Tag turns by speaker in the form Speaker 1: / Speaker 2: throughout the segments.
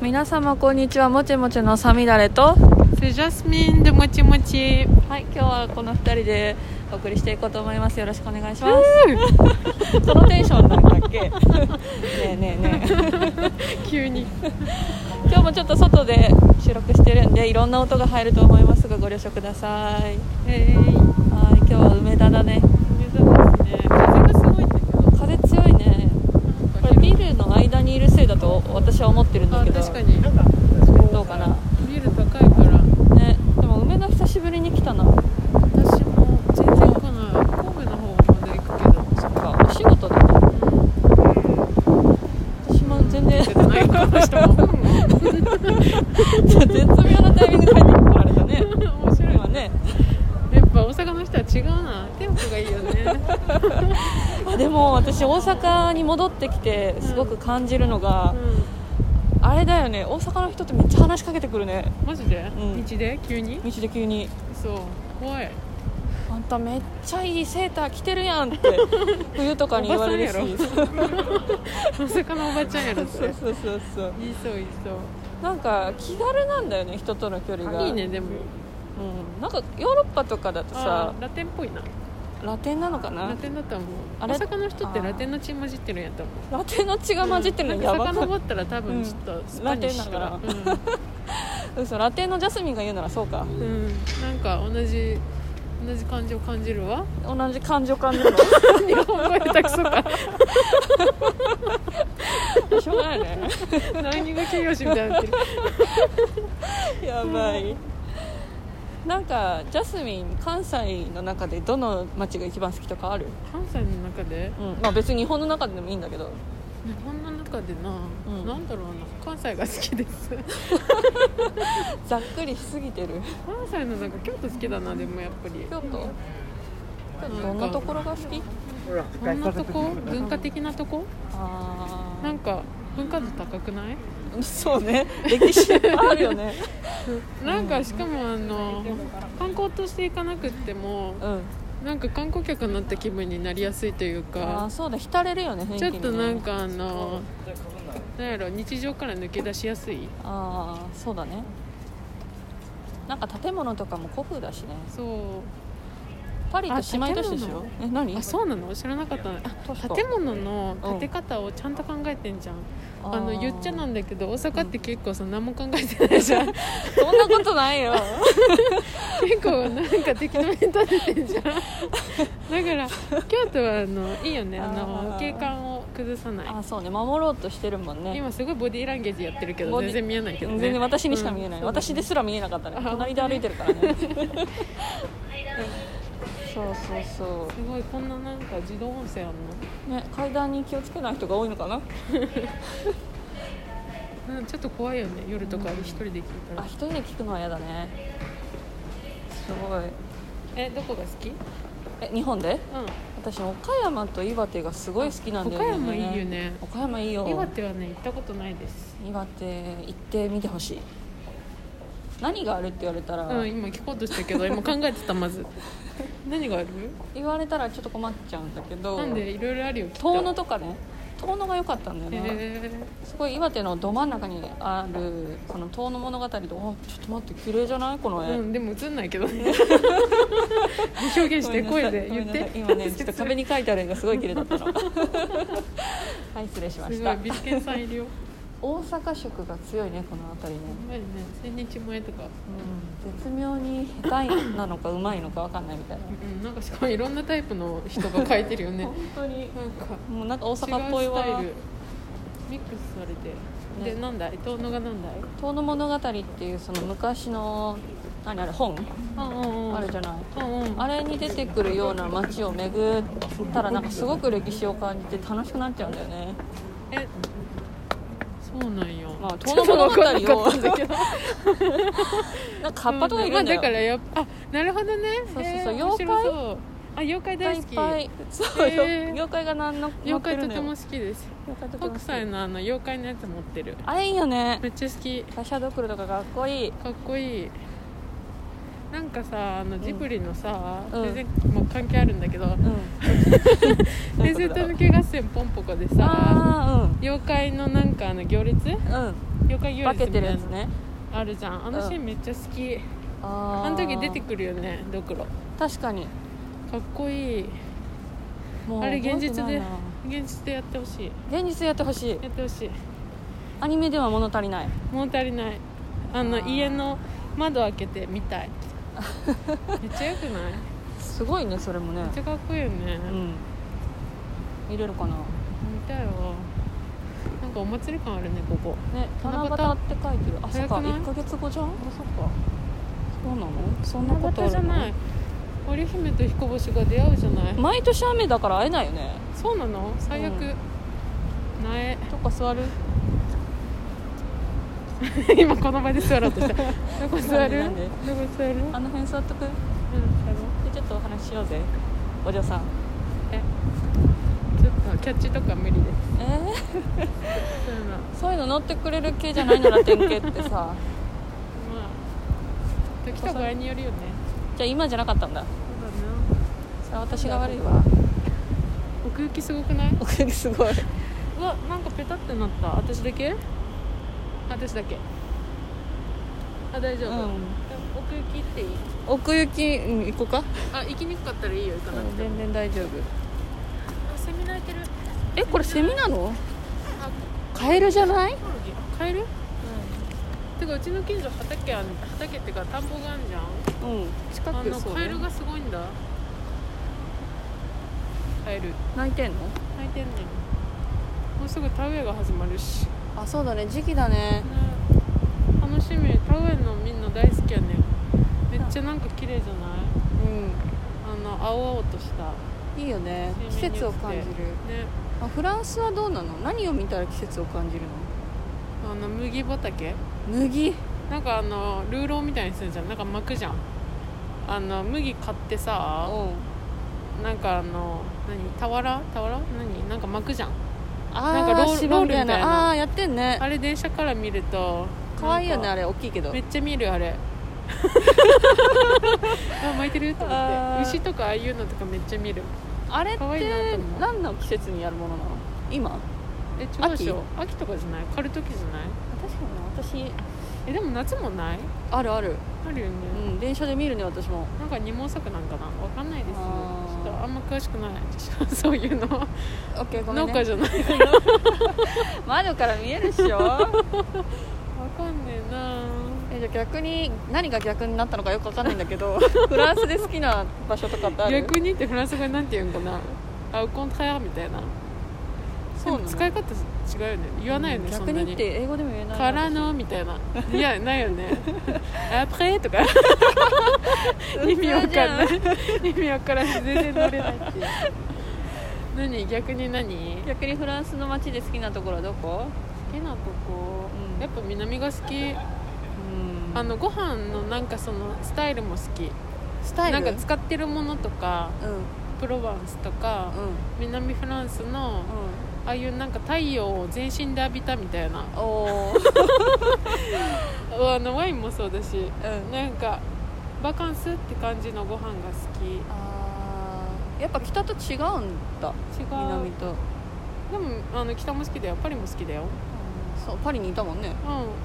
Speaker 1: 皆様こんにちはもちもちのさみだれと
Speaker 2: セジャスミンでもちもち。
Speaker 1: はい今日はこの2人でお送りしていこうと思いますよろしくお願いしま
Speaker 2: うん
Speaker 1: す そのテンションなんだっけねえねえねえ
Speaker 2: 急に。
Speaker 1: 今日もちょっと外で収録してるんでいろんな音が入ると思いますがご了承ください
Speaker 2: えー、
Speaker 1: はい今日は梅田だね
Speaker 2: 梅田ですね。風がすごいんだけど。
Speaker 1: 風強いねこれビルの間にいるせいだと私は思ってるんだ
Speaker 2: あ、
Speaker 1: けど
Speaker 2: 確かに。
Speaker 1: どうかな
Speaker 2: ビル高いから。
Speaker 1: ねでも梅田久しぶりに来たな
Speaker 2: 私も全然来ない。神戸の方まで行くけど。
Speaker 1: そっかお仕事だね私も全然
Speaker 2: 出てないこの人も。
Speaker 1: 絶妙なタイミングで帰ってこられたね
Speaker 2: 面白い
Speaker 1: 今
Speaker 2: わ
Speaker 1: ね
Speaker 2: ね。やっぱ大阪の人は違うな。テンポがいいよね。
Speaker 1: あでも私大阪に戻ってきてすごく感じるのが、
Speaker 2: う
Speaker 1: あれだよね大阪の人ってめっちゃ話しかけてくるね
Speaker 2: ん。マジで？
Speaker 1: うん
Speaker 2: 道で？急に？
Speaker 1: 道で急に
Speaker 2: そう。怖い。
Speaker 1: 「あんためっちゃいいセーター着てるやん」って冬とかに言われるし
Speaker 2: おば
Speaker 1: そう
Speaker 2: 大阪のおばちゃんやろそれ。
Speaker 1: そうそうそう
Speaker 2: 言いそう言いそ
Speaker 1: なんか気軽なんだよね人との距離
Speaker 2: う。
Speaker 1: が
Speaker 2: いいねでも。
Speaker 1: うん、なんかヨーロッパとかだと
Speaker 2: あ
Speaker 1: さ
Speaker 2: ーラテンっぽいな
Speaker 1: ラテンなのかな
Speaker 2: ラテンだと思う
Speaker 1: あ
Speaker 2: 大
Speaker 1: れ
Speaker 2: 阪の人ってラテンの血混じってるんやと思う
Speaker 1: ラテンの血が混じってるのや
Speaker 2: や
Speaker 1: ば
Speaker 2: ば
Speaker 1: く
Speaker 2: か
Speaker 1: ない
Speaker 2: ったら多分ちょっとスパニッシュから
Speaker 1: うん 嘘ラテンのジャスミンが言うならそうか
Speaker 2: うん、うん、なんか同じ同じ感情感じるわ
Speaker 1: 同じ感情感じる
Speaker 2: 日本語下手くそ か
Speaker 1: の しょうがないね
Speaker 2: 何が形容詞みたいになってる
Speaker 1: やばいなんかジャスミン関西の中でどの街が一番好きとかある、
Speaker 2: 関西の中で
Speaker 1: うんまあ、別に日本の中でもいいんだけど
Speaker 2: 日本の中でな、
Speaker 1: うん
Speaker 2: なんだろうな関西が好きです
Speaker 1: ざっくりしすぎてる
Speaker 2: 関西のなんか京都好きだなでもやっぱり
Speaker 1: 京都京都どんなところが好き
Speaker 2: そんなとこ文化的なとこ
Speaker 1: あ
Speaker 2: なんか文化度高くない
Speaker 1: あそうね歴史あるよね
Speaker 2: なんかしかもあの観光として行かなくっても
Speaker 1: うん
Speaker 2: なんか観光客になった気分になりやすいという
Speaker 1: あ
Speaker 2: か
Speaker 1: ーそうだ浸れるよね雰囲気
Speaker 2: ちょっ
Speaker 1: にね
Speaker 2: となんかあのなんやろ日常から抜け出しやすい
Speaker 1: ああそうだねなんか建物とかも古風だしね
Speaker 2: そ
Speaker 1: パリと姉妹都市でし
Speaker 2: あ
Speaker 1: ょえ
Speaker 2: 建
Speaker 1: 何
Speaker 2: うあそうなの知らなかった
Speaker 1: 確
Speaker 2: あ
Speaker 1: か
Speaker 2: 建物の建て方をちゃんと考えてんじゃんあの言っちゃなんんだけど大阪って結構さ何も考えてないじゃん 結
Speaker 1: そんなことない よ
Speaker 2: 構なんか適当に建ててんじゃんだから京都はあのいいよねあの
Speaker 1: あー
Speaker 2: 景観を崩さない
Speaker 1: あそうね守ろうとしてるもんね
Speaker 2: 今すごいボディーランゲージやってるけど
Speaker 1: ボディ
Speaker 2: 全然見えないけどね
Speaker 1: 全然私にしか見えない、
Speaker 2: うんそうだね
Speaker 1: 私ですら見えなかったね
Speaker 2: あ
Speaker 1: 隣で歩いてるから ねそうそうそ
Speaker 2: すごいこんななんか自動音声あんの
Speaker 1: うね階段に気をつけない人が多いのかな
Speaker 2: うんちょっと怖いよね夜とか
Speaker 1: うん
Speaker 2: 一人で聞いたら、
Speaker 1: あ一人で聞くのは嫌だねすごい
Speaker 2: えどこが好きうん
Speaker 1: え日本で私岡山と岩手がすごい好きなんだよね
Speaker 2: 岡山いいよね
Speaker 1: 岡山いいよ
Speaker 2: 岩手はね行ったことないです
Speaker 1: 岩手行ってみてほしい何があるって言われたら、
Speaker 2: うん今聞こうとしたけど今考えてたま ず何がある
Speaker 1: 言われたらちょっと困っちゃうんだけど
Speaker 2: なんでいろいろあるよきっと
Speaker 1: 遠野とかね遠野が良かったんだよね、
Speaker 2: へ
Speaker 1: すごい岩手のど真ん中にあるその遠野物語とあちょっと待って綺麗じゃないこの
Speaker 2: ー
Speaker 1: 絵、
Speaker 2: うんでも映んないけどね表現して
Speaker 1: ごめんなさ
Speaker 2: 声
Speaker 1: い
Speaker 2: で言っ
Speaker 1: ご
Speaker 2: て
Speaker 1: めんなさい今 ねちょっと壁に書いてある絵がすごい綺麗だったの はい失礼しますし
Speaker 2: ご
Speaker 1: た
Speaker 2: いビスケンさんいるよ
Speaker 1: 大阪色が強いねこの辺りね、
Speaker 2: 前ね千日前とか
Speaker 1: うん、絶妙に下手なのかうまいのかわかんないみたいな
Speaker 2: うんなんかしかもいろんなタイプの人が描いてる よね
Speaker 1: 本当に
Speaker 2: なんか
Speaker 1: もうなんか大
Speaker 2: 違うス
Speaker 1: 阪っぽいわ
Speaker 2: タイルミックスされて、
Speaker 1: ね
Speaker 2: でなんだい遠野がなんだい
Speaker 1: 遠野物語っていうその昔の何あれ本
Speaker 2: あうん
Speaker 1: あるじゃない
Speaker 2: ゃんうんうん
Speaker 1: あれに出てくるような街を巡ったらなんかすごく歴史を感じて楽しくなっちゃうんだよね
Speaker 2: えそうなんや
Speaker 1: まあ
Speaker 2: ちょっとわかんなかったんだけど
Speaker 1: なんかカッパとかいるんだよ
Speaker 2: まあ、だからやっぱあなるほどね
Speaker 1: そうそうそう
Speaker 2: へー
Speaker 1: 妖怪
Speaker 2: 面白そうあ妖怪大
Speaker 1: い
Speaker 2: 好
Speaker 1: っ
Speaker 2: き
Speaker 1: ぱいそうよ
Speaker 2: へー
Speaker 1: 妖怪が何の乗っ
Speaker 2: 妖
Speaker 1: て
Speaker 2: 怪
Speaker 1: る
Speaker 2: と
Speaker 1: の
Speaker 2: て
Speaker 1: よ
Speaker 2: も好きです
Speaker 1: 妖怪とても
Speaker 2: 北斎のあの妖怪のやつ持ってる
Speaker 1: あれいいよね
Speaker 2: めっちゃ好き
Speaker 1: シャドクルとかかっこいい
Speaker 2: かっこいいなんかさあのジブリのさ、
Speaker 1: うん
Speaker 2: 全然もう関係あるんだけど
Speaker 1: うん
Speaker 2: 「
Speaker 1: どうい
Speaker 2: 平
Speaker 1: うこと
Speaker 2: 成
Speaker 1: だろう
Speaker 2: 狸け合戦ポンポコ」でさ
Speaker 1: あ
Speaker 2: 妖怪のなんかあの行列
Speaker 1: あうん
Speaker 2: 妖怪
Speaker 1: うん
Speaker 2: 行
Speaker 1: 化け
Speaker 2: 列みた
Speaker 1: て
Speaker 2: い
Speaker 1: る
Speaker 2: な
Speaker 1: やつ
Speaker 2: の
Speaker 1: ね
Speaker 2: あるじゃんあのシーンめっちゃ好き、
Speaker 1: あー
Speaker 2: あの時出てくるよねドクロ
Speaker 1: 確かに
Speaker 2: かっこいい
Speaker 1: もう
Speaker 2: あれ現実
Speaker 1: 覚えて
Speaker 2: で
Speaker 1: ないな
Speaker 2: 現実でやってほしい
Speaker 1: 現実でやってほしい
Speaker 2: やってほしい
Speaker 1: アニメでは物足りない
Speaker 2: 物足りないあの
Speaker 1: あー
Speaker 2: 家の窓開けて見た いめっちゃよくない
Speaker 1: すごいねそれもね
Speaker 2: めっちゃかっこいいよね、
Speaker 1: うん見れるかな
Speaker 2: 見たいわなんかお祭り感あるねここ
Speaker 1: ね七
Speaker 2: 七夕
Speaker 1: 夕って書いてるあそっか
Speaker 2: 早くない
Speaker 1: 1ヶ月後じゃんあそっかそうなのそんなこと
Speaker 2: 七
Speaker 1: ある
Speaker 2: 夕じゃない織姫と彦星が出会うじゃない、
Speaker 1: 毎年雨だから会えないよね
Speaker 2: そうなの最悪、
Speaker 1: うん
Speaker 2: 苗
Speaker 1: どっか座る
Speaker 2: 今この場で座ろ うとしたどこ座る
Speaker 1: なんでなん
Speaker 2: どこ座る
Speaker 1: あの辺座っとくで
Speaker 2: うん座ろう
Speaker 1: ちょっとお話ししようぜお嬢さん
Speaker 2: えちょっとキャッチとか無理です
Speaker 1: えー、
Speaker 2: そういうのま
Speaker 1: そういうの乗ってくれる系じゃないなら典型って さ
Speaker 2: あ時と場合によるよね
Speaker 1: じゃあ今じゃなかったんだ
Speaker 2: そう
Speaker 1: それは私が悪いわ
Speaker 2: だな奥行きすごくない
Speaker 1: すごいう
Speaker 2: わなんかペタってなった私だけ私だけあ大丈夫、
Speaker 1: うん
Speaker 2: 奥行きっていい
Speaker 1: 奥行き、うん、行こうか
Speaker 2: あ行きにくかったらいいよ行かなくても
Speaker 1: 全然大丈夫
Speaker 2: あセミ鳴いてる
Speaker 1: えこれセミなの
Speaker 2: あ
Speaker 1: カエルじゃない
Speaker 2: コオロギカエルてかうちの近所畑あん畑ってか田んぼがあるじゃん
Speaker 1: うん近
Speaker 2: あ
Speaker 1: く
Speaker 2: の
Speaker 1: そう
Speaker 2: カ
Speaker 1: ね
Speaker 2: エルがすごいんだカエル
Speaker 1: 泣いてんの
Speaker 2: 泣いてんねんもうすぐ田植えが始まるし、ね、
Speaker 1: あそうだね時期だね
Speaker 2: 楽しみ田植えのみんな大好きやねんめっちゃなんか綺麗じゃないあの青々とした
Speaker 1: うんいいよね季節を感じる
Speaker 2: ね
Speaker 1: あフランスはどうなの何を見たら季節を感じる
Speaker 2: あの麦畑
Speaker 1: の麦
Speaker 2: なんかあのルーローみたいにするじゃんなんか巻くじゃんあの麦買ってさ
Speaker 1: うん
Speaker 2: なんかあの何俵俵何なんか巻くじゃん
Speaker 1: あ
Speaker 2: なん
Speaker 1: ー
Speaker 2: かロール
Speaker 1: 絞るみたい
Speaker 2: ロールみたい
Speaker 1: な
Speaker 2: な
Speaker 1: あーやってんね
Speaker 2: あれ電車から見ると
Speaker 1: 可愛いよね
Speaker 2: なん
Speaker 1: あ
Speaker 2: か
Speaker 1: れ大きいけど
Speaker 2: めっちゃ見る あれあ巻いてると思
Speaker 1: あ
Speaker 2: っ
Speaker 1: ー
Speaker 2: て牛とかああいうのとかめっちゃ見る
Speaker 1: あれって
Speaker 2: 可愛いなと思う
Speaker 1: 何の季節にやるものなの今
Speaker 2: え違うでしょ秋とかじゃない狩る時じゃない
Speaker 1: 確かにな私
Speaker 2: えでも夏もない
Speaker 1: あるある
Speaker 2: あるよね、
Speaker 1: うん電車で見るね私も
Speaker 2: なんか二毛作なんかなわかんないですちょ
Speaker 1: あー
Speaker 2: っとあんま詳しくない 私そういうの、
Speaker 1: オッケーごめん
Speaker 2: 農
Speaker 1: ね
Speaker 2: 家じゃない わ
Speaker 1: 窓から見えるっし ょ
Speaker 2: かんねえな
Speaker 1: えじゃあ逆に何が逆になったのかよくわかんないんだけ どフランスで好きな場所とかってある
Speaker 2: 逆にってフランス語でなんて言うんかなあウコントラみたいな
Speaker 1: そうな
Speaker 2: で
Speaker 1: の
Speaker 2: も使い方違うよね言わないよね、
Speaker 1: うん
Speaker 2: そん
Speaker 1: 逆
Speaker 2: な
Speaker 1: にって英語でも言えないな
Speaker 2: からのみた いないやないよね「あプレ」とか 意味わかんない意味わからない全然乗れないっていう 何逆に何好
Speaker 1: 逆にフランスの街で好きなところはどこ
Speaker 2: きなとこ、
Speaker 1: うん
Speaker 2: やっぱ南が好き
Speaker 1: うん
Speaker 2: あのご飯のなんかそのスタイルも好き
Speaker 1: スタイ
Speaker 2: な
Speaker 1: ル
Speaker 2: んか使ってるものとか
Speaker 1: うんうん
Speaker 2: プロヴァンスとか、南フランスのああいうなんか太陽を全身で浴びたみたいな
Speaker 1: うんお
Speaker 2: あのワインもそうだし
Speaker 1: ー うん
Speaker 2: なんかバカンスって感じのご飯が好き違う
Speaker 1: あーやっぱ北と違うんだ南と
Speaker 2: でもあの北も好きだよパリも好きだよ
Speaker 1: そうパリにいたもんね
Speaker 2: う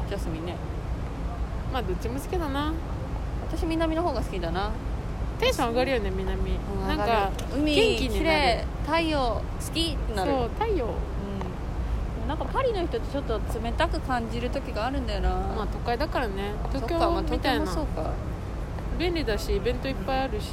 Speaker 2: ん
Speaker 1: ジャスミンね
Speaker 2: まあどっちも好きだな
Speaker 1: 私南の方が好きだな、
Speaker 2: テンション上がるよね南、
Speaker 1: うん
Speaker 2: な
Speaker 1: 上
Speaker 2: ん
Speaker 1: が
Speaker 2: か
Speaker 1: る海
Speaker 2: 元気
Speaker 1: 綺
Speaker 2: になる
Speaker 1: 麗太陽好きってなる
Speaker 2: そう太陽
Speaker 1: うんなんかパリの人ってちょっと冷たく感じる時があるんだよな、
Speaker 2: まあ都会だからね
Speaker 1: そっ
Speaker 2: 東
Speaker 1: かまあ
Speaker 2: 京みた
Speaker 1: 東
Speaker 2: い
Speaker 1: 京もそう
Speaker 2: な
Speaker 1: か、
Speaker 2: 便利だしイベントいっぱいあるし、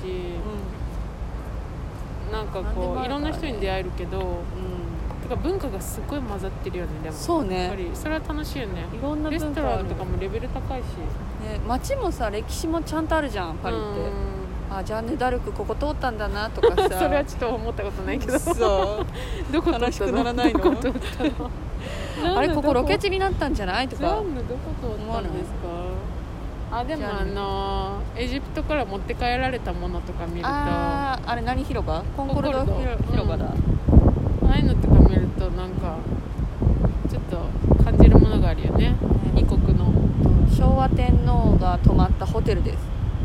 Speaker 2: なんかこ
Speaker 1: なんでもあるからね
Speaker 2: ういろんな人に出会えるけど
Speaker 1: う
Speaker 2: てか文化がすごい混ざってるよねで
Speaker 1: ん、
Speaker 2: も
Speaker 1: そう
Speaker 2: やっぱ
Speaker 1: ね
Speaker 2: りそれは楽しいよね
Speaker 1: いろんな
Speaker 2: レス
Speaker 1: 文
Speaker 2: ト
Speaker 1: 化あ
Speaker 2: ラ
Speaker 1: る
Speaker 2: ンとかもレベル高いし
Speaker 1: ね、街もさ歴史もちゃんとあるじゃんパリって
Speaker 2: うん
Speaker 1: あジャンヌ・ダルクここ通ったんだなとかさ
Speaker 2: それはちょっと思ったことないけ ど
Speaker 1: そう
Speaker 2: どこ撮ったの
Speaker 1: 悲しくならないの
Speaker 2: どこ撮ったの
Speaker 1: あれここロケ
Speaker 2: 地
Speaker 1: 地になったんじゃないと
Speaker 2: な
Speaker 1: か
Speaker 2: んのどこ撮ったんですかあで
Speaker 1: じ
Speaker 2: も
Speaker 1: ゃあ
Speaker 2: あのエジプトから持って帰られたものとか見るとあ
Speaker 1: あーあれ何広場コンコルド
Speaker 2: コンコルド
Speaker 1: 広場だ、
Speaker 2: あいうのとか見るとなんかちょっと感じるものがあるよね異国の
Speaker 1: 昭和天皇が泊まったホテルです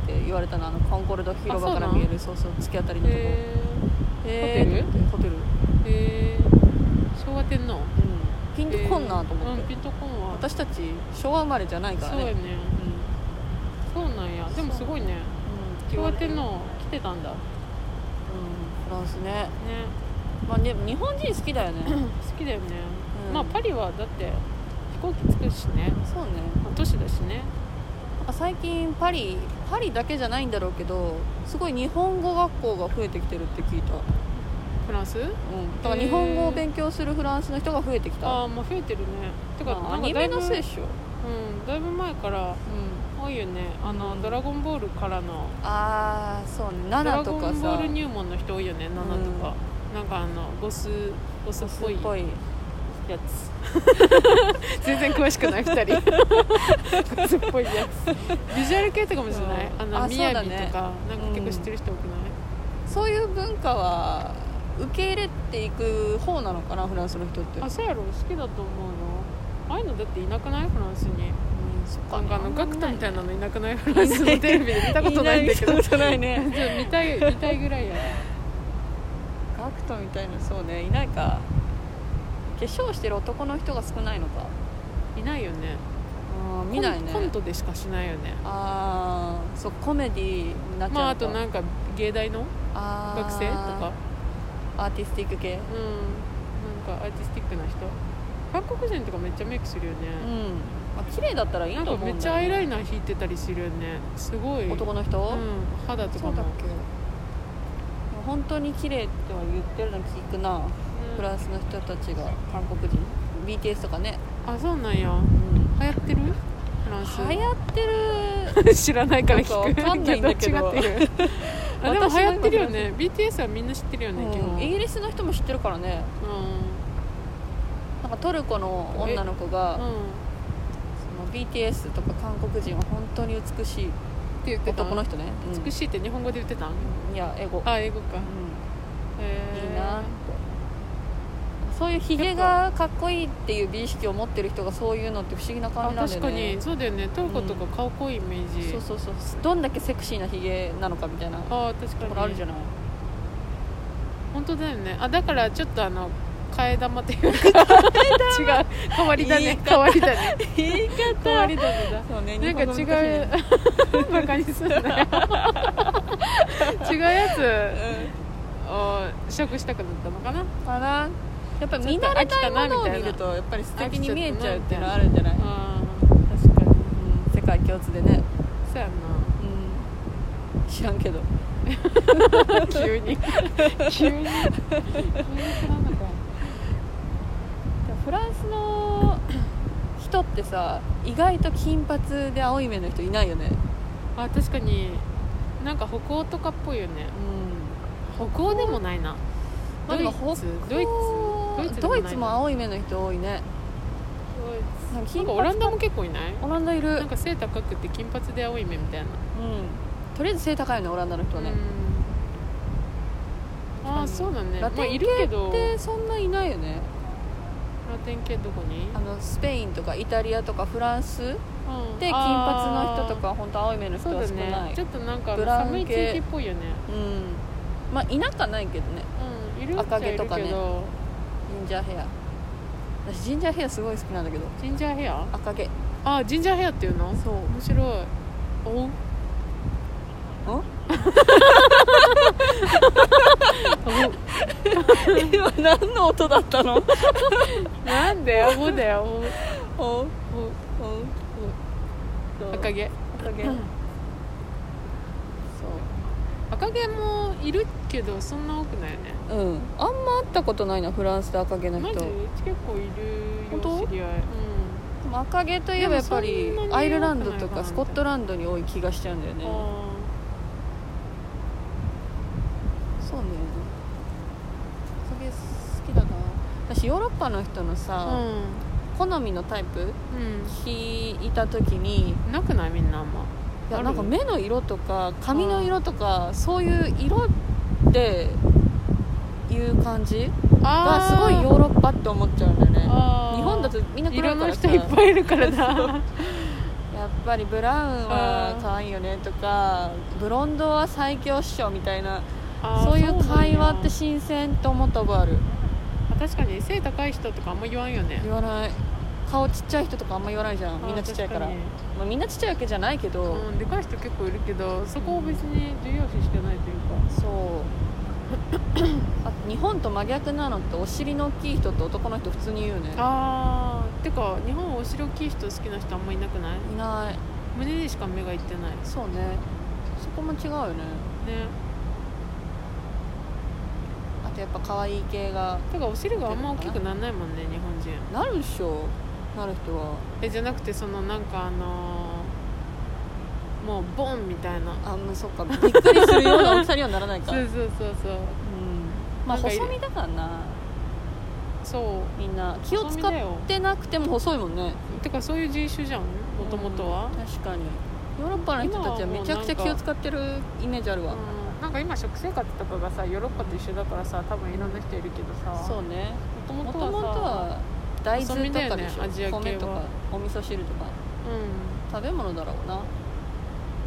Speaker 1: っていう言われたのあのコンコルド広場から
Speaker 2: あそうな
Speaker 1: 見
Speaker 2: ん
Speaker 1: えるそうそう突き当たりのとこ、
Speaker 2: へ
Speaker 1: ホテル
Speaker 2: え
Speaker 1: ホテル、うん、
Speaker 2: へえ昭和天皇
Speaker 1: ピンとこんなと思っ
Speaker 2: うん
Speaker 1: て、
Speaker 2: ピンとこんわ
Speaker 1: 私たち昭和生まれじゃないから
Speaker 2: そう
Speaker 1: ね
Speaker 2: やねそうなんやでもすごいね
Speaker 1: うん
Speaker 2: 昭和天皇来てたんだね
Speaker 1: うんフランスねまあね日本人好きだよね
Speaker 2: 好きだよね
Speaker 1: うん
Speaker 2: まあパリはだって飛行機着くしね
Speaker 1: そうね
Speaker 2: まあ都市だしね
Speaker 1: なんか最近パリパリだけじゃないんだろうけどすごい日本語学校が増えてきてるって聞いた、う
Speaker 2: フランス
Speaker 1: ん、だから日本語を勉強するフランスの人が増えてきた
Speaker 2: ああまあ増えてるねてか
Speaker 1: まあ
Speaker 2: な
Speaker 1: ア
Speaker 2: んか
Speaker 1: ニ
Speaker 2: だ
Speaker 1: メ
Speaker 2: いぶ
Speaker 1: のせいっしょ、うん、
Speaker 2: うんだいぶ前から多いよねあの「ドラゴンボール」からの
Speaker 1: ああそうね
Speaker 2: ドラ
Speaker 1: 7と
Speaker 2: ゴ
Speaker 1: か
Speaker 2: ンボ
Speaker 1: さ
Speaker 2: ール入門の人多いよね7とか、なんかあのボスボスっぽい
Speaker 1: っぽい
Speaker 2: やつ全然詳しくない2人ボスっぽいやつビジュアル系とかもじゃない、
Speaker 1: うん
Speaker 2: あ
Speaker 1: あ
Speaker 2: の
Speaker 1: そう
Speaker 2: みや
Speaker 1: だ
Speaker 2: び
Speaker 1: ね
Speaker 2: とか、なんか結構知ってる人多くない、
Speaker 1: そういう文化は受け入れていく方なのかなフランスの人って
Speaker 2: あそうやろ好きだと思うのああいうのだっていなくないフランスに
Speaker 1: うんそっ
Speaker 2: なんかあのガクトみたいなのいなくないフランス
Speaker 1: い
Speaker 2: の
Speaker 1: な
Speaker 2: テ
Speaker 1: い
Speaker 2: レビで見たことないんだけど
Speaker 1: 見たことないね
Speaker 2: ちょっと見たい 見たいぐらいやね
Speaker 1: ガクトみたいなそうねいないか化粧してる男の人が少ないのか
Speaker 2: いないよね
Speaker 1: あー見ないね
Speaker 2: コンコントでしかしないよね
Speaker 1: ああそうコメディになっちゃうのか、
Speaker 2: まああとなんか芸大の
Speaker 1: あー
Speaker 2: 学生とか
Speaker 1: アーティスティック系
Speaker 2: うんなんかアーティスティックな人韓国人とかめっちゃメイクするよね
Speaker 1: う、ん、まあ、綺麗だったらいい
Speaker 2: なん
Speaker 1: と
Speaker 2: か
Speaker 1: 思う
Speaker 2: めっ
Speaker 1: ん
Speaker 2: ち
Speaker 1: だよ
Speaker 2: ゃアイ
Speaker 1: ね
Speaker 2: ライナー引いてたりするよねすごい
Speaker 1: 男の人、
Speaker 2: うん肌と
Speaker 1: そ
Speaker 2: か
Speaker 1: うだ
Speaker 2: も
Speaker 1: っけ本当に綺麗っては言ってるの聞くな、フランスの人たちが韓国人 BTS とかね、
Speaker 2: あそうなんや流行ってるフランス
Speaker 1: 流行ってる
Speaker 2: 知らないから
Speaker 1: なん
Speaker 2: 聞
Speaker 1: か
Speaker 2: く
Speaker 1: わかんないんだけ ど
Speaker 2: 違ってるあでも
Speaker 1: 私
Speaker 2: 流
Speaker 1: も今
Speaker 2: 行ってるよね BTS はみんな知ってるよね、基
Speaker 1: うん
Speaker 2: 本
Speaker 1: イギリスの人も知ってるからねなんかトルコの女の子
Speaker 2: うん、
Speaker 1: が
Speaker 2: うん、
Speaker 1: その BTS とか韓国人は本当に美しい
Speaker 2: って言ってた
Speaker 1: 男の人ね、うん
Speaker 2: 美しいって日本語で言ってたん
Speaker 1: いや英語、
Speaker 2: あ英語か
Speaker 1: う
Speaker 2: へ
Speaker 1: ん、
Speaker 2: ー
Speaker 1: いいなってそういうヒゲがかっこいいっていう美意識を持ってる人がそういうのって不思議な感
Speaker 2: あ
Speaker 1: じなんだ
Speaker 2: 確
Speaker 1: よ
Speaker 2: か
Speaker 1: ね
Speaker 2: にそうだよねトルコとか顔濃いイメージ、
Speaker 1: そうそうそうどんだけセクシーなヒゲなのかみたいなと
Speaker 2: あ確かに
Speaker 1: ころあるじゃ
Speaker 2: ん
Speaker 1: ない
Speaker 2: 本当だよねあだからちょっとあの替え玉っていうか違う変わりだ
Speaker 1: 言い
Speaker 2: ね
Speaker 1: 方
Speaker 2: 変わりだね
Speaker 1: 言い 方
Speaker 2: 変わり種だ
Speaker 1: そうね
Speaker 2: なんか違
Speaker 1: 日本語難しいね
Speaker 2: うバカにすんなよ違うやつを試食したくなったのかな
Speaker 1: うんあらやっぱ見慣れたいものを見るとやっぱり素敵に見えちゃうっていうのはあるんじゃない、うん、
Speaker 2: あー確か
Speaker 1: 世
Speaker 2: に
Speaker 1: 界共通でね、
Speaker 2: そうや
Speaker 1: うん、知らんけど
Speaker 2: な急 に急に急に来らんのか
Speaker 1: フランスの人ってさ意外と金髪で青い目の人いないよね
Speaker 2: あ確かになんか北欧とかっぽいよね北欧でもないな
Speaker 1: まあでも
Speaker 2: ドイツ
Speaker 1: 北
Speaker 2: ドイツ
Speaker 1: ドイツ
Speaker 2: ド
Speaker 1: ド
Speaker 2: イ
Speaker 1: イ
Speaker 2: ツ
Speaker 1: ツ
Speaker 2: で
Speaker 1: も
Speaker 2: もない
Speaker 1: 青い目の人多いねなんか
Speaker 2: な
Speaker 1: 金
Speaker 2: んか
Speaker 1: 髪
Speaker 2: オランダも結構いない
Speaker 1: オランダいる
Speaker 2: なんか背高くて金髪で青い目みたいな
Speaker 1: うんとりあえず背高いよねオランダの人はね、
Speaker 2: うんああそうだね
Speaker 1: ラ
Speaker 2: まあ
Speaker 1: テ
Speaker 2: い
Speaker 1: ン
Speaker 2: る
Speaker 1: 系
Speaker 2: け
Speaker 1: っ
Speaker 2: ど
Speaker 1: てそんないないよね
Speaker 2: ラテン系どこに
Speaker 1: あのスペインとかイタリアとかフランス
Speaker 2: うん
Speaker 1: で金髪の人とか本当青い目の
Speaker 2: あーそ
Speaker 1: 人
Speaker 2: う
Speaker 1: は
Speaker 2: だ
Speaker 1: 少な
Speaker 2: ね
Speaker 1: い
Speaker 2: ちょっとなんか
Speaker 1: ブラウン
Speaker 2: 寒い地
Speaker 1: 系
Speaker 2: 域っぽいよね
Speaker 1: うんまあ田舎ないけどね
Speaker 2: うんいるっちゃ
Speaker 1: 赤毛
Speaker 2: いる
Speaker 1: とかね
Speaker 2: けど
Speaker 1: ジンジャーヘア私ジンジャーヘアすごい好きなんだけど
Speaker 2: ジンジャーヘア
Speaker 1: 赤毛
Speaker 2: あジンジャーヘアっていうの
Speaker 1: そう
Speaker 2: 面白いおう
Speaker 1: 今何の音だったの
Speaker 2: なんでおうだよ
Speaker 1: おう
Speaker 2: おうお
Speaker 1: お
Speaker 2: う
Speaker 1: うそう
Speaker 2: 赤毛
Speaker 1: 赤毛、
Speaker 2: うん
Speaker 1: そ
Speaker 2: 赤毛もいるけどそんな多くないよね
Speaker 1: ううんあんま会ったことないなフランスで赤毛の
Speaker 2: マ
Speaker 1: 人
Speaker 2: ジ
Speaker 1: で
Speaker 2: 結構いる
Speaker 1: 本
Speaker 2: よ
Speaker 1: 当
Speaker 2: 知り合い、
Speaker 1: も赤毛といえばやっぱり
Speaker 2: でもそんなに多くないかな
Speaker 1: アイルランドとかスコットランドに多い気がしちゃうんだよ
Speaker 2: うん
Speaker 1: ね
Speaker 2: あ
Speaker 1: そうね赤毛好きだな私ヨーロッパの人の
Speaker 2: ー
Speaker 1: さ、好みのタイプ
Speaker 2: う
Speaker 1: 聞いた時に
Speaker 2: んなくないみんなあんま
Speaker 1: いや
Speaker 2: ある
Speaker 1: なんか目の色とか髪の色とかそういう色っていう感じがすごいヨーロッパって思っちゃうんだよね
Speaker 2: あー
Speaker 1: 日本だとみんな黒
Speaker 2: 色
Speaker 1: いか
Speaker 2: の
Speaker 1: らさ
Speaker 2: 人いっぱいいるからな
Speaker 1: ややっぱりブラウンは可愛いよねとかブロンドは最強っしょみたいな
Speaker 2: あー
Speaker 1: そういう
Speaker 2: なんや
Speaker 1: 会話って新鮮と思った覚ある
Speaker 2: 確かに背高い人とかあんま言わんよね
Speaker 1: 言わない顔ちっちゃい人とかあんま言わないじゃんみんなちっちゃいから
Speaker 2: あー確
Speaker 1: まあ、みんなちっちゃいわけじゃないけど、
Speaker 2: うん、でかい人結構いるけどそこを別に重要視してないというか
Speaker 1: そうあと日本と真逆なのってお尻の大きい人と男の人普通に言うよね
Speaker 2: あーてか日本お城大きい人好きな人あんまいなくない
Speaker 1: いない
Speaker 2: 胸にしか目がいってないね
Speaker 1: そうねそこも違うよねあとやっぱ可愛い系が
Speaker 2: てかお尻があんま大きくならないもんね日本人
Speaker 1: なるでしょなる人は
Speaker 2: えじゃなくてそのなんかあのーもうボンみたいな
Speaker 1: あんまそっかびっくりするような大きさにはならないか
Speaker 2: そ
Speaker 1: ら
Speaker 2: うそうそうそう
Speaker 1: まあ
Speaker 2: なんかい
Speaker 1: 細身だからな
Speaker 2: そ
Speaker 1: みんな気を使
Speaker 2: 細身だよ
Speaker 1: ってなくても細いもんね
Speaker 2: うてかそういう人種じゃんもともとは、
Speaker 1: うん確かにヨーロッパの人たちはめちゃくちゃ気を使ってるイメージあるわ
Speaker 2: うんなんか今食生活とかがさヨーロッパと一緒だからさ多分いろんな人いるけどさ
Speaker 1: そう
Speaker 2: も
Speaker 1: ね
Speaker 2: と
Speaker 1: も
Speaker 2: も
Speaker 1: と
Speaker 2: と
Speaker 1: もと
Speaker 2: は
Speaker 1: は大豆とかでし
Speaker 2: 細身だよねアジア
Speaker 1: ょ
Speaker 2: 系は
Speaker 1: 米とかお味噌汁とか
Speaker 2: さ
Speaker 1: 食べ物だろうな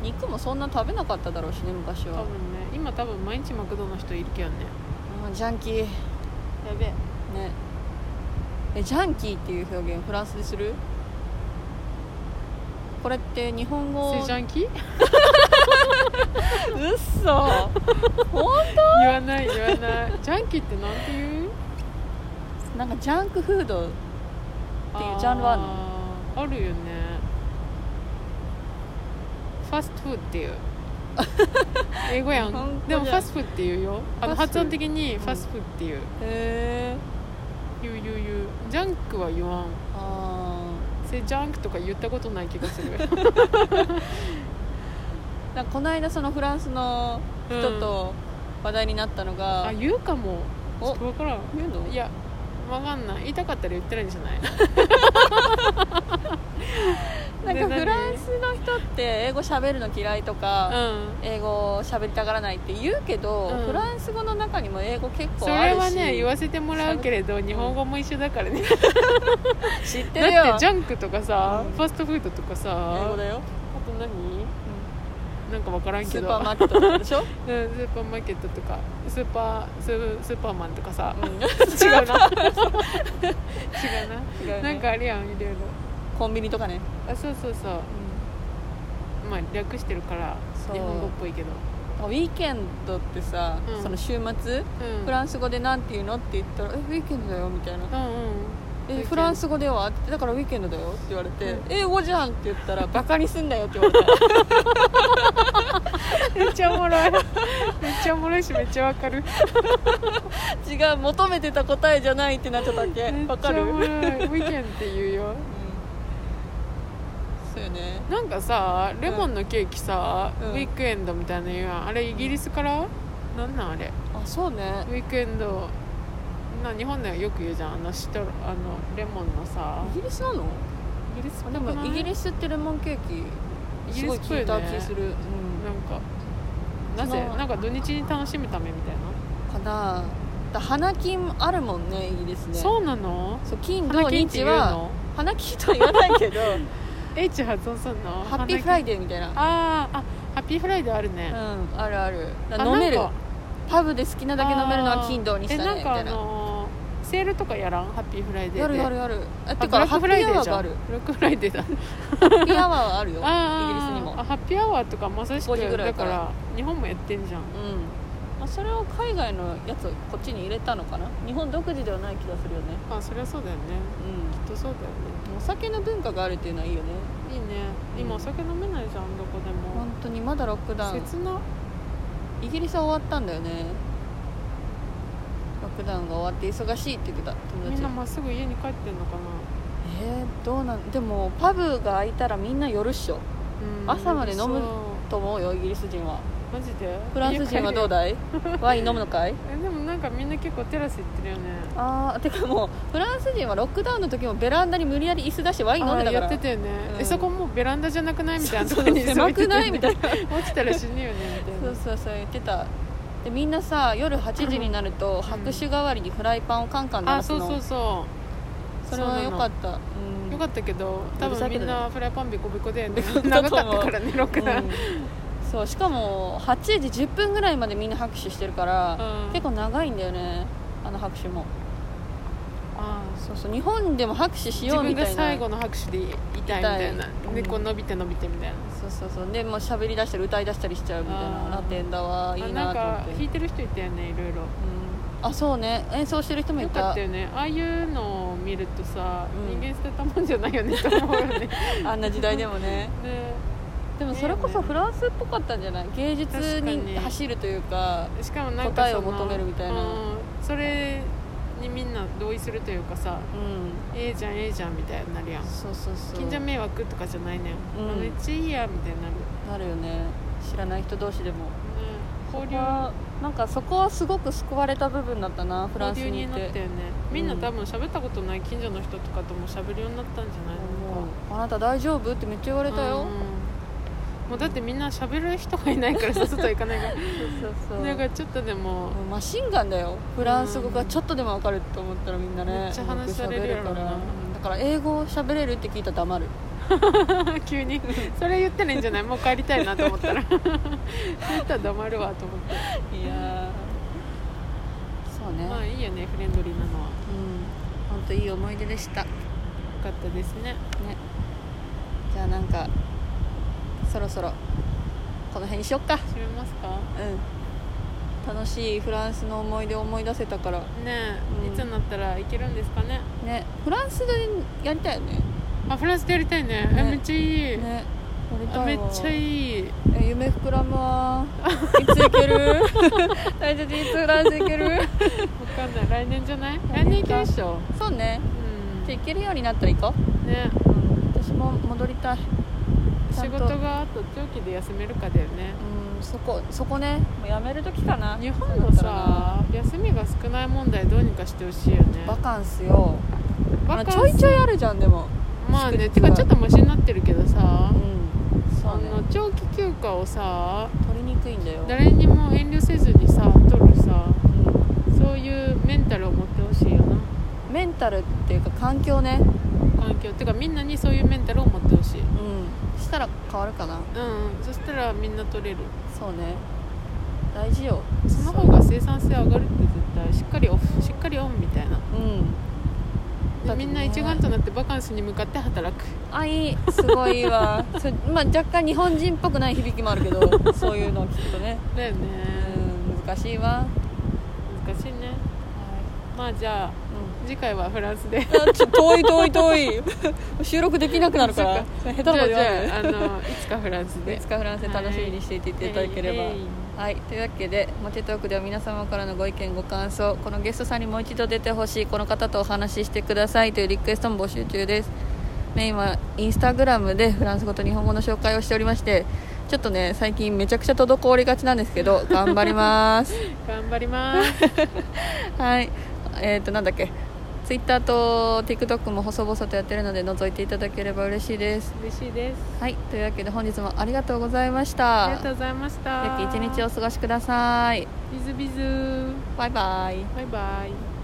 Speaker 1: 肉もそんな食べなかっただろうしね昔
Speaker 2: うん多
Speaker 1: は
Speaker 2: 分ね今多分毎日マクドの人いるけどね
Speaker 1: うんジャンキーね
Speaker 2: やべえ
Speaker 1: えジャンキーっていう表現フランスでするこれって日本語
Speaker 2: セジャンキ
Speaker 1: う
Speaker 2: ー
Speaker 1: っそ
Speaker 2: 言わない言わないジャンキーってなんて言う
Speaker 1: なんかジャンクフードっていうジャンルはあるの
Speaker 2: あーあるよねファストフードっ ていう英語や
Speaker 1: 日本語じゃ
Speaker 2: ん
Speaker 1: ん
Speaker 2: でもファストフードって言うよあの
Speaker 1: ファスト
Speaker 2: 発音的にファストフードっていう、
Speaker 1: へえ
Speaker 2: 言う言う言うジャンクは言わん
Speaker 1: あ
Speaker 2: セジャンクとか言ったことない気がする
Speaker 1: ーなんかこの間そのフランスの 人と話題になったのが、
Speaker 2: あ言うかもちょ
Speaker 1: お
Speaker 2: っと分からん
Speaker 1: 言うの
Speaker 2: いやわかんない言いたかったら言ってないんじゃない
Speaker 1: なんか
Speaker 2: で何
Speaker 1: フランスの人って英語喋るの嫌いとか、
Speaker 2: う
Speaker 1: 英語喋りたがらないって言うけど、
Speaker 2: うん
Speaker 1: フランス語の中にも英語結
Speaker 2: んそ
Speaker 1: 構ある
Speaker 2: れ
Speaker 1: し
Speaker 2: はね言わせてもらうけれど日本語も一緒だからね
Speaker 1: 知ってるよ
Speaker 2: だってジャンクとかさ、
Speaker 1: うん
Speaker 2: ファストフードとかさ
Speaker 1: 英語だよ、
Speaker 2: あと何なんか分からん
Speaker 1: ス
Speaker 2: けど
Speaker 1: ーパーマーケットなんでしょ、
Speaker 2: うんスーパーマーケットとかスーパースースーパーマンとかさ、
Speaker 1: うん
Speaker 2: 違 うな違うな
Speaker 1: 違うね
Speaker 2: なんかあるやんいろいろ
Speaker 1: コンビニとかね、
Speaker 2: あそうそうそうまあ略してるから
Speaker 1: そう
Speaker 2: 日本語っぽいけど、
Speaker 1: ウィーケンドってさ、
Speaker 2: うん
Speaker 1: その週末
Speaker 2: うん、
Speaker 1: フランス語でなんて言うのって言ったら「えウィーケンドだよ」みたいな
Speaker 2: うんうん
Speaker 1: 「
Speaker 2: ウ
Speaker 1: え
Speaker 2: ィーケン
Speaker 1: フランス語では?」って「だからウィーケンドだよ」って言われて
Speaker 2: う
Speaker 1: 「英語じゃん」って言ったら「バカにすんなよ」って 言われた
Speaker 2: めっちゃおも ろいめっちゃおもろいしめっちゃわかる
Speaker 1: 違う求めてた答えじゃないってなっちゃったっけ
Speaker 2: めっ
Speaker 1: わ
Speaker 2: ち
Speaker 1: か
Speaker 2: ゃ
Speaker 1: る
Speaker 2: おもろいウィケンって言うよ
Speaker 1: そうよね
Speaker 2: なんかさレモンのケーキさ、
Speaker 1: うん
Speaker 2: ウィークエンドみたいな言うやんあれイギリスからなんなんあれ
Speaker 1: あそうね
Speaker 2: ウィークエンドな日本ではよく言うじゃんあのシトロあのレモンのさ
Speaker 1: イギリスなの
Speaker 2: イギリス
Speaker 1: でもイギリスってレモンケーキすごい
Speaker 2: イギリスっぽい
Speaker 1: 聞
Speaker 2: よ
Speaker 1: い
Speaker 2: ね
Speaker 1: た気する、
Speaker 2: なんかなぜ
Speaker 1: その
Speaker 2: なんか土日に楽しむためみたいな、
Speaker 1: うん、かなだ花金あるもんねイギリスね
Speaker 2: そうなの
Speaker 1: そう金
Speaker 2: 花
Speaker 1: 土
Speaker 2: 金って
Speaker 1: 日
Speaker 2: 言う
Speaker 1: は
Speaker 2: の
Speaker 1: 花金とは言わないけ ど
Speaker 2: H 発音すんの
Speaker 1: ハッピーフライ
Speaker 2: デー
Speaker 1: デーみたいな
Speaker 2: あーあハッピーフライデーあるね、
Speaker 1: うんあるあるだから
Speaker 2: あ
Speaker 1: 飲める
Speaker 2: なんか
Speaker 1: パブで好きなだけ飲めるのは金土にした
Speaker 2: え
Speaker 1: ね
Speaker 2: な
Speaker 1: み
Speaker 2: んか
Speaker 1: た
Speaker 2: あ
Speaker 1: いな
Speaker 2: のーセールとかやらんハッピーフライデーで
Speaker 1: やるやるやるえ
Speaker 2: あ
Speaker 1: て
Speaker 2: ブラ
Speaker 1: かハ
Speaker 2: ッ
Speaker 1: ッピ
Speaker 2: クフラ
Speaker 1: ー
Speaker 2: イデ
Speaker 1: ア
Speaker 2: ー
Speaker 1: ワー
Speaker 2: じゃ
Speaker 1: が
Speaker 2: ん
Speaker 1: あ
Speaker 2: ブ
Speaker 1: る
Speaker 2: ラックフライデーだ
Speaker 1: ハッピー アワーはあるよ
Speaker 2: あー
Speaker 1: イギリスにも
Speaker 2: あハッピーアワーとかまさし
Speaker 1: 5
Speaker 2: く
Speaker 1: 時ぐらい
Speaker 2: だ
Speaker 1: か
Speaker 2: からら日本もやってんじゃん
Speaker 1: うんまあ、それを海外のやつをこっちに入れたのかな日本独自ではない気がするよね
Speaker 2: あそりゃそうだよね
Speaker 1: う
Speaker 2: きっとそうだよ
Speaker 1: んお酒の文化があるっていうのはいいよね
Speaker 2: ねいいね今お酒飲めないじゃんどこでも
Speaker 1: 本当にまだロックダウン
Speaker 2: 切な
Speaker 1: イギリスは終わったんだよねロックダウンが終わって忙しいって言ってた友
Speaker 2: みん
Speaker 1: 達
Speaker 2: なまっすぐ家に帰ってんのかな
Speaker 1: えー、どうなんでもパブが開いたらみんな夜っしょ
Speaker 2: うん
Speaker 1: 朝まで飲む
Speaker 2: そう
Speaker 1: と思うよイギリス人は
Speaker 2: マジで
Speaker 1: フランス人はどう
Speaker 2: だ
Speaker 1: だいワイン飲むのかい
Speaker 2: えでもなんかみんな結構テラス行ってるよね
Speaker 1: ああてかもうフランス人はロックダウンの時もベランダに無理やり椅子出してワイン飲んでたから
Speaker 2: あーやってたよね、
Speaker 1: うん
Speaker 2: えそこもうベランダじゃなくないみたいなとこ
Speaker 1: そう
Speaker 2: に
Speaker 1: 狭くない
Speaker 2: 住
Speaker 1: み
Speaker 2: て
Speaker 1: た
Speaker 2: て
Speaker 1: い な
Speaker 2: 落ちたら死ぬよねみた
Speaker 1: そ
Speaker 2: い
Speaker 1: そ
Speaker 2: うな
Speaker 1: うそう言ってたでみんなさ夜8時になると拍手代わりにフライパンをカンカン鳴
Speaker 2: あ
Speaker 1: らす
Speaker 2: そうそ
Speaker 1: の
Speaker 2: うそ
Speaker 1: それは良かったうんうん
Speaker 2: よかったけど多
Speaker 1: うるさくない
Speaker 2: 分みんなフライパンビコビコでで長かったからねロックダウン、
Speaker 1: うんそうしかも8時10分ぐらいまでみんな拍手してるから、
Speaker 2: うん
Speaker 1: 結構長いんだよねあの拍手も
Speaker 2: ああ
Speaker 1: そうそう日本でも拍手し
Speaker 2: 自
Speaker 1: よう
Speaker 2: 分
Speaker 1: みたい
Speaker 2: が
Speaker 1: な
Speaker 2: 最後の拍手で痛いみたいな
Speaker 1: 痛い
Speaker 2: で
Speaker 1: うん
Speaker 2: こう伸びて伸びてみたいな
Speaker 1: そうそうそうでもう喋り出したり歌い出したりしちゃうみたい
Speaker 2: あ
Speaker 1: な
Speaker 2: ー
Speaker 1: なってんだわいいな
Speaker 2: あなん
Speaker 1: と思
Speaker 2: か
Speaker 1: って
Speaker 2: 弾いてる人いたよねいろいろ
Speaker 1: うんあそうね演奏してる人もい
Speaker 2: よ
Speaker 1: た
Speaker 2: かったよねああいうのを見るとさ、
Speaker 1: うん
Speaker 2: 人間捨てたもんじゃないよねと思うよ ね
Speaker 1: あんな時代でもね
Speaker 2: ね
Speaker 1: でもそれこそフランスっぽかったんじゃない芸術
Speaker 2: 確か
Speaker 1: に
Speaker 2: に
Speaker 1: 走るというか
Speaker 2: しかもなんか
Speaker 1: 答え
Speaker 2: そ
Speaker 1: を
Speaker 2: の
Speaker 1: 求めるみたいな
Speaker 2: うんそれにみんな同意するというかさ
Speaker 1: うん
Speaker 2: ええじゃんええじゃんみたいになるやん
Speaker 1: そうそうそう
Speaker 2: 近所迷惑とかじゃないね、
Speaker 1: うん
Speaker 2: ん、めっちゃいいやみたいになる、ね、
Speaker 1: なるよね知らない人同士でも
Speaker 2: 交流
Speaker 1: あーなんかそこはすごく救われた部分だったなフランス
Speaker 2: 交流
Speaker 1: にい
Speaker 2: になってたよねみんな多分喋ったことない近所の人とかとも喋るようになったんじゃない
Speaker 1: もうあなた大丈夫ってめっちゃ言われ
Speaker 2: なんか
Speaker 1: たよ、
Speaker 2: うんもうだってみんな喋る人がいないからさ外行かないか
Speaker 1: そう そう
Speaker 2: らなんかちょっとでも
Speaker 1: もうマシンガンだよフランス語がちょっとでも分かると思ったらみんなね
Speaker 2: めっちゃ話されるやろな
Speaker 1: よく喋からうんだから英語喋れるって聞いたら黙る
Speaker 2: 急にそれ言ってないんじゃないもう帰りたいなと思 ったらそう言ったら黙るわと思って
Speaker 1: いやそうね、
Speaker 2: まあいいよねフレンドリーなのはよ
Speaker 1: うん本当いい思い出でしたね
Speaker 2: かったですね
Speaker 1: じゃあなんかそろそろこの辺にしよっか
Speaker 2: 閉めますか
Speaker 1: うん楽しいフランスの思い出を思い出せたから
Speaker 2: ねえ、
Speaker 1: うん
Speaker 2: いつになったら行けるんですかね
Speaker 1: ねフランスでやりたいよね
Speaker 2: あフランスでやりたいねえ
Speaker 1: ね
Speaker 2: めっちゃいい、
Speaker 1: ねやりたい
Speaker 2: あ
Speaker 1: わ
Speaker 2: めっちゃいい
Speaker 1: え夢膨らむわいつ行ける 大丈夫いつフランス行ける
Speaker 2: わかんない来年じゃな
Speaker 1: 来
Speaker 2: い来年
Speaker 1: 年
Speaker 2: 行
Speaker 1: か
Speaker 2: きましょ う
Speaker 1: そうね
Speaker 2: うん
Speaker 1: じゃあ行けるようになったら行こう、
Speaker 2: ね
Speaker 1: 私も戻りたいちゃ
Speaker 2: 仕
Speaker 1: んと
Speaker 2: 事があと長期で休めるかだよね
Speaker 1: うんそこそこねもうやめる時かな
Speaker 2: 日本のさ休みが少ない問題どうにかしてほしいよね
Speaker 1: バカンスよ
Speaker 2: バカ
Speaker 1: ちょいちょいあるじゃんでも
Speaker 2: まあね
Speaker 1: 祝日
Speaker 2: て
Speaker 1: が
Speaker 2: かちょっとマシになってるけどさ
Speaker 1: う、んそ
Speaker 2: あ
Speaker 1: うね
Speaker 2: の長期休暇をさ
Speaker 1: 取りにくいんだよ、
Speaker 2: 誰にも遠慮せずにさ取るさ
Speaker 1: う
Speaker 2: そういうメンタルを持ってほしいよなん
Speaker 1: メンタルっていうか環境ね
Speaker 2: 環境てかみんなにそういうメンタルを持ってほしい
Speaker 1: うんしたら変わるかな
Speaker 2: うんうんそしたらみんな取れる
Speaker 1: そうね大事よ
Speaker 2: その方が生産性上がるって絶対しっかりオフしっかりオンみたいな
Speaker 1: うんだ
Speaker 2: で
Speaker 1: ってね
Speaker 2: みんな一丸となってバカンスに向かって働く
Speaker 1: あいいすごいいいわ それまあ、若干日本人っぽくない響きもあるけ どそういうのを聞くとね
Speaker 2: だよね
Speaker 1: うん難しいわ、
Speaker 2: 難しいねまあじゃあ
Speaker 1: う
Speaker 2: 次回はフランスで
Speaker 1: ん、あちょ遠い遠い遠い 収録できなくなるから下手な
Speaker 2: じ
Speaker 1: こと
Speaker 2: ゃあ
Speaker 1: 言
Speaker 2: じ
Speaker 1: わない
Speaker 2: ゃああのいつかフランス
Speaker 1: でい
Speaker 2: で
Speaker 1: つかフランスで楽しみにしていていただければ、
Speaker 2: はい
Speaker 1: はい、というわけでモテトークでは皆様からのご意見ご感想このゲストさんにもう一度出てほしいこの方とお話ししてくださいというリクエストも募集中ですメインはインスタグラムでフランス語と日本語の紹介をしておりましてちょっとね最近めちゃくちゃ滞りがちなんですけ ど頑張ります
Speaker 2: 頑張ります
Speaker 1: はいえっ、ー、となんだっけツイッターと TikTok も細々とやってるので覗いていただければ嬉しいです
Speaker 2: 嬉しいです
Speaker 1: はいというわけで本日もありがとうございました
Speaker 2: ありがとうございました
Speaker 1: 良き一日をお過ごしください
Speaker 2: ビズビズ
Speaker 1: バイバイ
Speaker 2: バイバイ